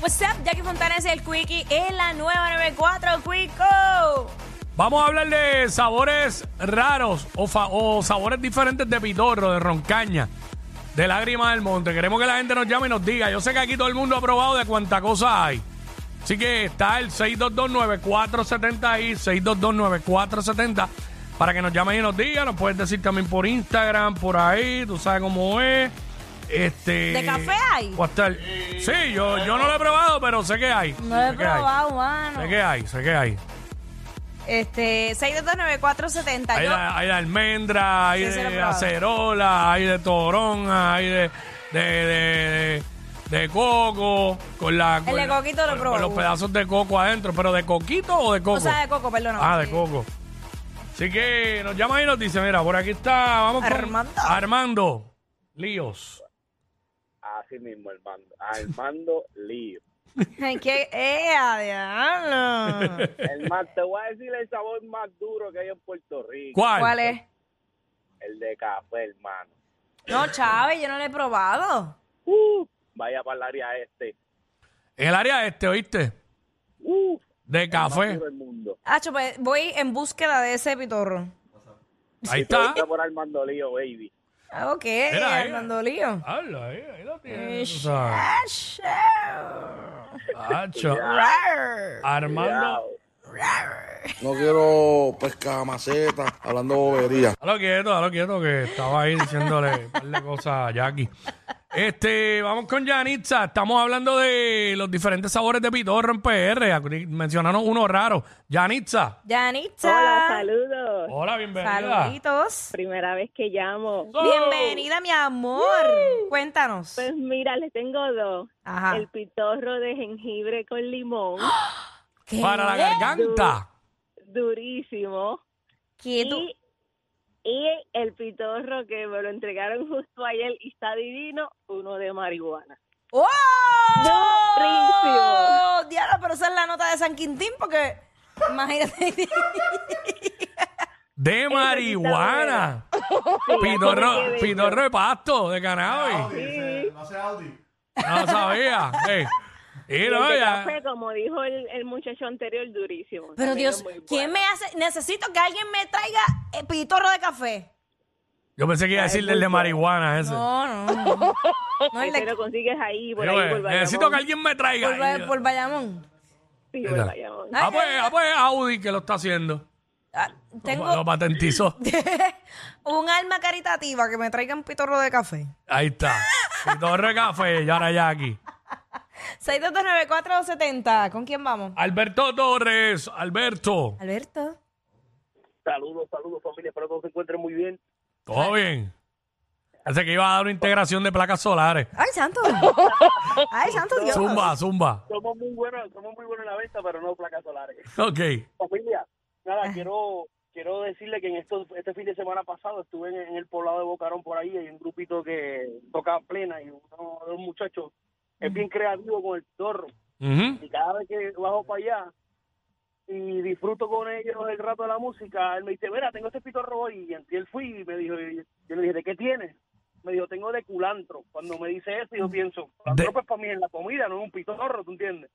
What's up, Jackie Fontanes, el Quickie en la nueva 94, Quico. Vamos a hablar de sabores raros o, fa- o sabores diferentes de pitorro, de roncaña, de lágrimas del monte. Queremos que la gente nos llame y nos diga. Yo sé que aquí todo el mundo ha probado de cuánta cosa hay. Así que está el 6229470 ahí, 6229470, para que nos llamen y nos digan. Nos puedes decir también por Instagram, por ahí, tú sabes cómo es. Este, ¿De café hay? o hasta el- sí, yo, yo no lo he probado, pero sé que hay. No lo he Sé que hay. probado, mano. Sé que hay, sé que hay. Este, 6229470. Hay, Yo, de, hay de almendra, hay Ah, Sí, sí, lo he de probado. acerola, hay de torón, hay de, de, de, de- de coco. Con la, con de la- coquito lo con- probé. Con los pedazos de coco adentro, pero ¿de coquito o de coco? o sea, de coco, perdón. Ah, de coco. Así que nos llama y nos dice, mira, por aquí está, vamos con Armando. Armando Líos. Así mismo, Armando. Armando Lío. Ay, qué eh, ea, diablo. El más, te voy a decir el sabor más duro que hay en Puerto Rico. ¿Cuál? ¿Cuál es? El de café, hermano. No, Chávez, yo no lo he probado. Uh, vaya para el área este. En el área este, ¿oíste? Uh, De más café. duro del mundo. Hacho, pues voy en búsqueda de ese pitorro. Ahí Te está. gusta por Armando Lío, baby. Ah, ok, Era, era. Armando Lío. Habla, ahí, ahí lo Eh, tienes. tú sabes. Hacho. Hacho. Rar. Armando. No quiero pescar maceta, hablando bobería. A lo quieto, a lo quieto, que estaba ahí diciéndole un par de cosas a Jackie. Este, vamos con Yanitza. Estamos hablando de los diferentes sabores de pitorro en PR. Acu- Mencionaron uno raro. Yanitza. Yanitza. Hola, saludos. Hola, bienvenida. Saluditos. Primera vez que llamo. Oh. Bienvenida, mi amor. Cuéntanos. Pues mira, les tengo dos. Ajá. El pitorro de jengibre con limón, ¡Ah! ¿Qué? Para la garganta. durísimo. ¿Qué tú- Y, y el pitorro que me lo entregaron justo ayer y está divino, uno de marihuana. ¡Oh! Durísimo. Diablo, pero esa es la nota de San Quintín porque imagínate. De marihuana. Pitorro, pitorro de pasto, de cannabis. Sí, No sabía. Ey. Y y no, el de ya- café, como dijo el, el muchacho anterior, durísimo. Pero También Dios, es muy bueno. ¿quién me hace? Necesito que alguien me traiga eh, pitorro de café. Yo pensé que iba a decir del de marihuana ese. No, no, no. No, el Ese de lo consigues ahí, por Yo, ahí, por eh, necesito que alguien me traiga. por, Va- por Bayamón. Sí, por Bayamón. Ah, pues, ah, pues Audi que lo está haciendo. Ah, Lo, lo Tengo patentizó. un alma caritativa que me traigan pitorro de café. Ahí está. Y Torre Café, y ahora ya aquí. 6229470. ¿Con quién vamos? Alberto Torres, Alberto. Alberto. Saludos, saludos, familia. Espero que se encuentren muy bien. ¿Todo bien? Parece que iba a dar una integración de placas solares. Ay, santo. Ay, santo Dios. Zumba, zumba. Somos muy buenos, somos muy buenos en la venta, pero no placas solares. Ok. Familia, nada, quiero quiero decirle que en estos, este fin de semana pasado estuve en, en el poblado de Bocarón por ahí, hay un grupito que tocaba plena y uno de los muchachos es bien creativo con el torro. Ujú. Y cada vez que bajo para allá y disfruto con ellos el rato de la música, él me dice, mira, tengo este pitorro hoy. Y antier fui y me dijo, y yo le dije, ¿de qué tienes? Me dijo, tengo de culantro. Cuando me dice eso, yo Mm. pienso, De- culantro pues para mí es la comida, no es un pitorro, ¿tú entiendes?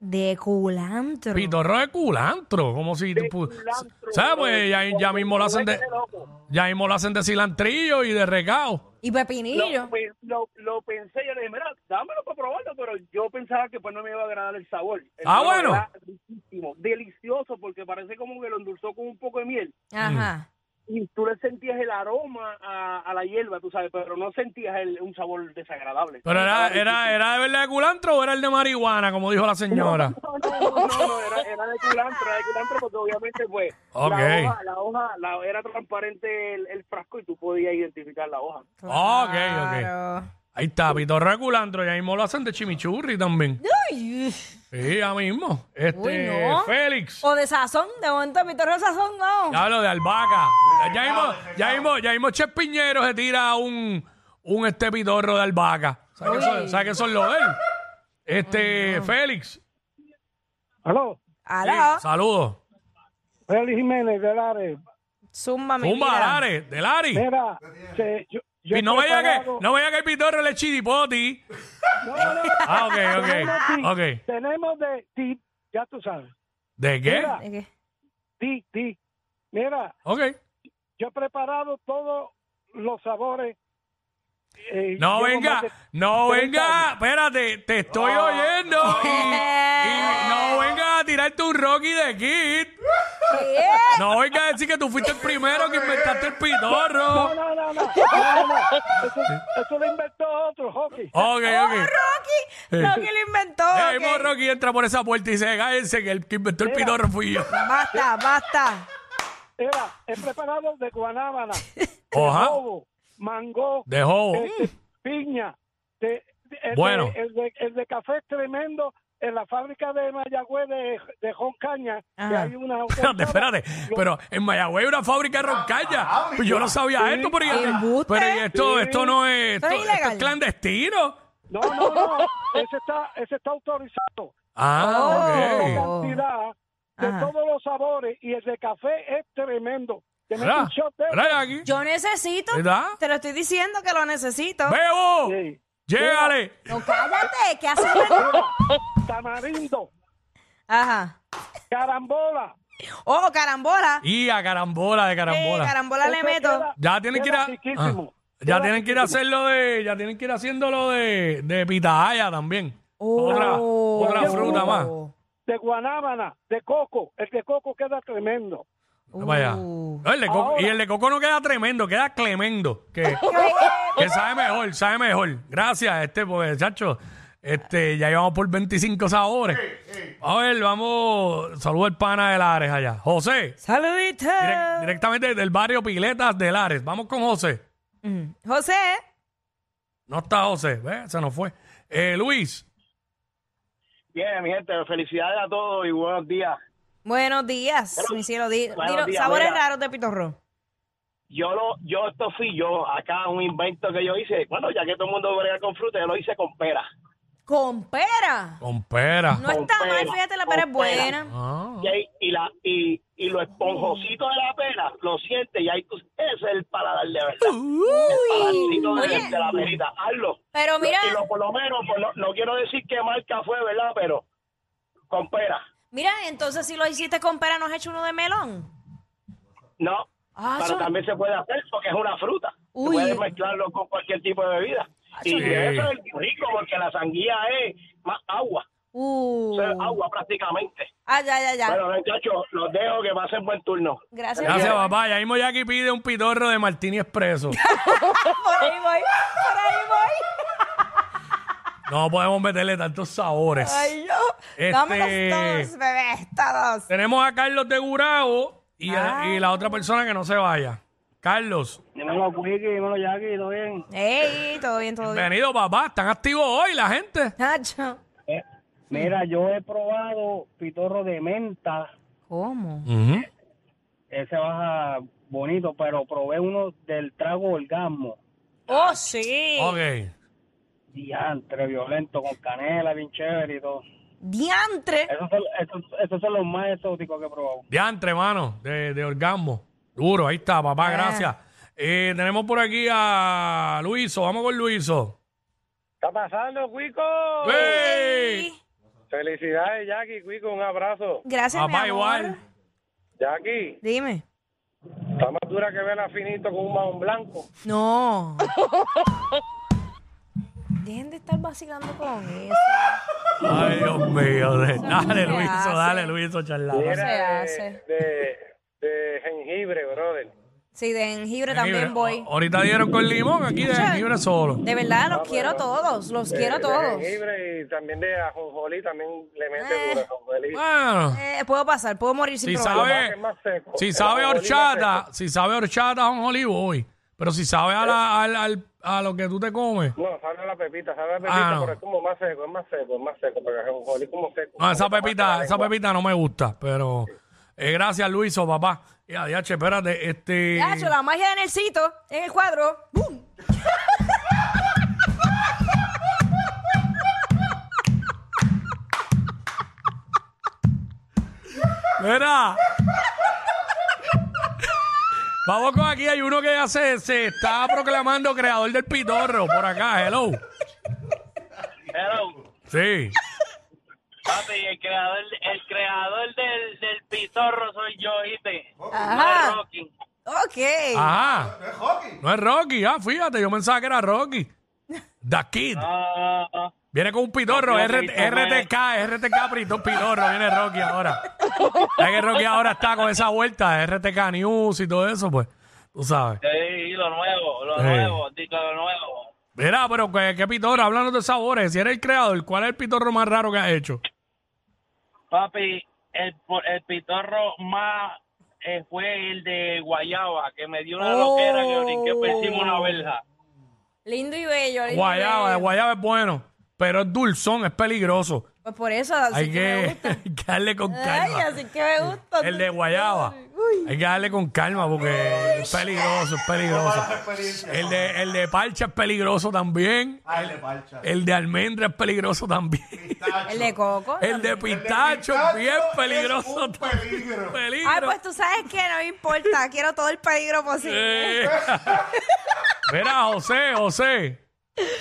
De culantro. Pitorro de culantro. Como si. tú De pu- culantro, ¿Sabes? brother. Pues ya, ya mismo lo hacen de. Vuélvete loco. Ya mismo lo hacen de cilantrillo y de recao. Y pepinillo. Lo, pe- lo, lo pensé, yo le dije, mira, dámelo para probarlo, pero yo pensaba que pues no me iba a agradar el sabor. El Ah, sabor bueno. era riquísimo, delicioso, porque parece como que lo endulzó con un poco de miel. Ajá. Y tú le sentías el aroma a, a la hierba, tú sabes, pero no sentías el- un sabor desagradable. Pero era, Estaba era, era de verdad de culantro o era el de marihuana, como dijo la señora. No, no, no, no, no, era, era de culantro, era de culantro porque obviamente pues Ok. la hoja, la hoja la- era transparente el, el frasco y tú podías identificar la hoja. Mm. Ok, ok. Claro. Ahí está, pitorro de culantro. Ya mismo lo hacen de chimichurri también. Uy, Sí, ya mismo. Este, Uy, no. Félix. o de sazón, de momento mi torre de sazón no. Ya hablo de albahaca. Ya mismo, ya mismo, ya mismo Che Piñero se tira un, un este pitorro de albahaca. ¿Sabes que eso- ¿Sabes que eso es lo de él? Este, Félix. Aló, Aló, Saludos. Félix Jiménez de Lares. zumba mi Un vida. Lares, de Lari. Mira, se- yo, yo Y he no vaya que, preparado- no vaya que el pitorro le chiripoti. No, no, Ah, ok, ok. tenemos ti- Ok. Tenemos de ti, ya tú sabes. ¿De qué? Mira. ¿De qué? Ti, ti. Mira, Ok. yo he preparado todos los sabores. eh, No llevo venga, más de no 30 venga, años. Ah. espérate, te estoy oyendo. Y, y no venga a tirar tu Rocky de Kid. No venga a decir que tú fuiste el primero que inventaste el No, pitorro. no, no, no. no, no. Eso, eso lo inventó otro, hockey. Ok, Oh, ok. Rocky, Eh. Rocky lo inventó. El ok. mismo Rocky entra por esa puerta y dice, cállense que el que inventó el pitorro fui yo. Basta, basta. Mira, he preparado de guanábana, Oja, bobo, mango, de jobo. este, piña. de- de- el, Bueno. de, el, de, el de café es tremendo en la fábrica de Mayagüez de, de Ron Caña. que Ajá. hay una Espérate, Mm. espérate. Pero en Mayagüez hay una fábrica de roncalla. Ah, Pues yo no sabía esto, pero, Embuste. pero y esto, Sí. esto no es, esto, Pero es esto es ilegal. clandestino. No, no, no. Ese está, ese está autorizado. Ah, ok. Oh. Cantidad de Ajá. todos los sabores y el de café es tremendo. Te metes ¿Verdad? un shot de- ¿Verdad, Jackie? Yo necesito. ¿Verdad? Te lo estoy diciendo que lo necesito. ¡Bebo! Sí. ¡Llégale! No, cállate, que haces inventando? Tamarindo, Ajá. carambola. Oh, carambola. Y a carambola de Eh, carambola. carambola le Eso meto. queda- Ya tienen que ir queda a, ah, riquísimo. ya Queda tienen que ir a hacerlo de, ya tienen que ir haciendo lo de, de pitahaya también. Otra, Oh. otra fruta más. de guanábana, de coco. El de coco queda tremendo. Vaya. No, el de coco- y el de coco no queda tremendo, queda clemendo. Que, que sabe mejor, sabe mejor. Gracias, este, pues, chacho. Este, ya llevamos por 25 sabores. A ver, vamos. Saludos al pana de Lares allá. José, Saludito. Ah. direc- directamente del barrio Piletas de Lares. Vamos con José. Mm. José. No está José, ¿ves? se nos fue. Eh, Luis, Bien, mi gente, felicidades a todos y buenos días. Buenos días, mi cielo. Di- buenos dilo, días, sabores mira. raros de pitorro. Yo lo, yo esto fui yo, acá un invento que yo hice. Bueno, ya que todo el mundo brega con fruta, yo lo hice con pera. Con pera. con pera. No está pera, mal, fíjate, la pera es con buena. Ah. Y, ahí- y la y, y lo esponjosito de la pera, lo sientes y ahí tú, ese es el paladar de verdad. Uy. Paladcito de, Oye, de la perita, hazlo. pero mira, Y lo, por lo menos, por lo- no quiero decir qué marca fue, ¿verdad? Pero con pera. mira, entonces si lo hiciste con pera, ¿no has hecho uno de melón? No, Ah, pero eso- también se puede hacer porque es una fruta. Tú Uy. Ah, Puedes mezclarlo con cualquier tipo de bebida. Y sí. eso es rico porque la sanguía es más agua, Uh. eso es agua prácticamente. Ah, ya, ya, ya. Bueno, muchachos, los dejo que pasen buen turno. Gracias. Gracias, Dios. papá. Ya mismo Jackie pide un pitorro de Martini Expreso. Por ahí voy, por ahí voy. No podemos meterle tantos sabores. Ay, yo. Este- Dámelos todos, bebé, todos. Tenemos a Carlos de Gurabo y, Ah. a- y la otra persona que no se vaya. Carlos, Dímelo, Quiki, dímelo, Jackie, ¿todo bien? Ey, todo bien, todo bien. bienvenido, papá. Están activos hoy la gente. Nacho. Eh, Mira, yo he probado pitorro de menta, ¿Cómo? ese baja bonito, pero probé uno del trago orgasmo, Oh, sí. Ok. diantre, violento, con canela, bien chévere y todo. Diantre. Esos son, esos, esos son los más exóticos que he probado. Diantre, mano, de, de orgasmo. Duro, ahí está, papá, Ah. gracias. Eh, tenemos por aquí a Luiso. Vamos con Luiso. ¿Está pasando, Cuico? ¡Ey! Felicidades, Jackie, Cuico, un abrazo. Gracias, mi Papá, amor. igual. Jackie, Dime. está más dura que vela finito con un mahón blanco. No. Dejen de estar vacilando con eso. Ay, Dios mío. de- Dale, no se Luiso, hace. dale, Luiso, charlado. se hace. de, de jengibre, brother. Sí, de jengibre Jengibre. también voy. O- eh, Ahorita dieron con limón, aquí de Escucha. jengibre solo. De verdad, los quiero todos. Los quiero todos. jengibre y también de ajonjolí también le mete Eh. duro ajonjolí. Bueno, Eh, puedo pasar, puedo morir sin si problema. Lo más que sabe, es más seco. si El sabe ajonjolí más horchata, si sabe horchata, un olivo hoy. Pero si sabes a, la- al- al- a lo que tú te comes. No, sabe a la pepita, sabe a la Ah, pepita, no. pero es como más seco, es más seco, es más seco, porque es un jolí como seco. No, esa Como que pasa pepita, la esa lengua. pepita no me gusta, pero eh, gracias Luiso, papá. Y adiache, espérate, este... Ya, hecho la magia de Nelsito en el cuadro. ¡Bum! Mira. Vamos con aquí, hay uno que ya se, se está proclamando creador del pitorro por acá, hello. Hello, Sí. papi, el creador, el creador del, del pitorro soy yo, ¿viste? Oh. Ajá. Rocky. Ok. Ajá. No es Rocky. No es Rocky, ah, fíjate, yo pensaba que era Rocky. The Kid. Ah, ah, Viene con un pitorro, Rocky, R- Rocky, Rocky. RTK, RTK, pito- pitorro, viene Rocky ahora. Es que Rocky ahora está con esa vuelta, RTK News y todo eso, pues, tú sabes. sí, lo nuevo, lo Sí. nuevo, digo lo nuevo. Mira, pero ¿qué, qué pitorro? Háblanos de sabores. Si eres el creador, ¿cuál es el pitorro más raro que has hecho? Papi, el, po- el pitorro más eh, fue el de Guayaba, que me dio una Oh. loquera que brinqué por encima de una verja. Lindo y bello. lindo y Guayaba, bello. el guayaba es bueno, pero es dulzón, es peligroso. Pues por eso, así Hay me que, gusta. hay que darle con Ay, calma. así que me gusta. El de guayaba. Hay que darle con calma porque es peligroso, es peligroso. El de, el de parcha es peligroso también. Ah, el de parcha. El de almendra es peligroso también. Pistacho. El de coco. El de pistacho es pistacho bien es peligroso. un también. peligro. Peligro. Ay, pues tú sabes que no me importa. Quiero todo el peligro posible. Eh. Mira, José, José.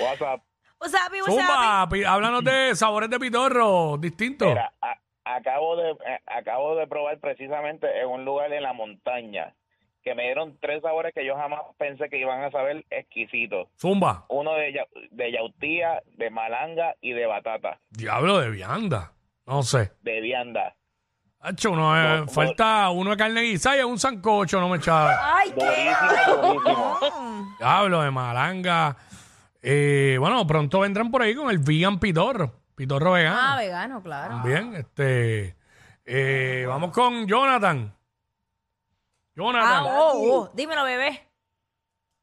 WhatsApp. What's up, y what's up? Zumba, pi- háblanos de sabores de pitorro distintos. Mira, a- acabo de eh, acabo de probar precisamente en un lugar en la montaña que me dieron tres sabores que yo jamás pensé que iban a saber exquisitos. Zumba. Uno de, ya- de yautía, de malanga y de batata, Diablo de vianda. No sé. de vianda. Hacho, uno, eh, No, falta uno de carne guisada y un sancocho, no me echaba. Ay, qué. Buenísimo, buenísimo. Mm. Diablo de malanga. Eh, bueno, pronto vendrán por ahí con el vegan pitorro. Pitorro Ah, vegano. vegano, claro. Bien, este. eh, vamos con Jonathan. Ah, Jonathan. oh, oh. Dímelo, bebé.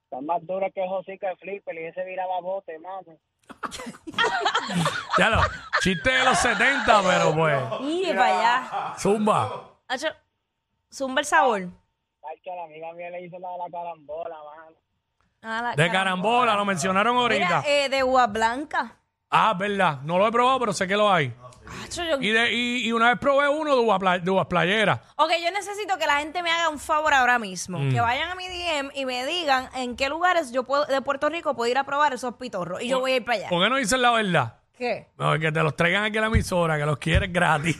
Está más dura que Josica de Flipper y ese viraba bote, mano. Ya lo, chiste de los 70, pero pues. Y para allá. Zumba. Hacho, Zumba el sabor. Ay, que la amiga mía le hizo la de la carambola, mano. Ah, la De carambola, lo mencionaron ahorita. Mira, eh, de uva blanca. Ah, verdad. No lo he probado, pero sé que lo hay. Hacho, yo- Y, de, y, y una vez probé uno de uva, pla- de uva playera. Ok, yo necesito que la gente me haga un favor ahora mismo. Que Mm. vayan a mi DM y me digan en qué lugares yo puedo, de Puerto Rico puedo ir a probar esos pitorros. Oh. Y yo voy a ir para allá. ¿Por qué no dicen la verdad? ¿Qué? No, que te los traigan aquí a la emisora, que los quieres gratis.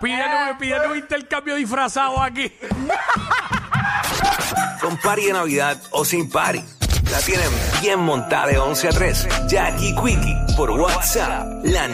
pídete, un- pídete un intercambio disfrazado aquí. Con party de Navidad o sin party. La tienen bien montada de 11 a 3. Jackie Quickie por WhatsApp. La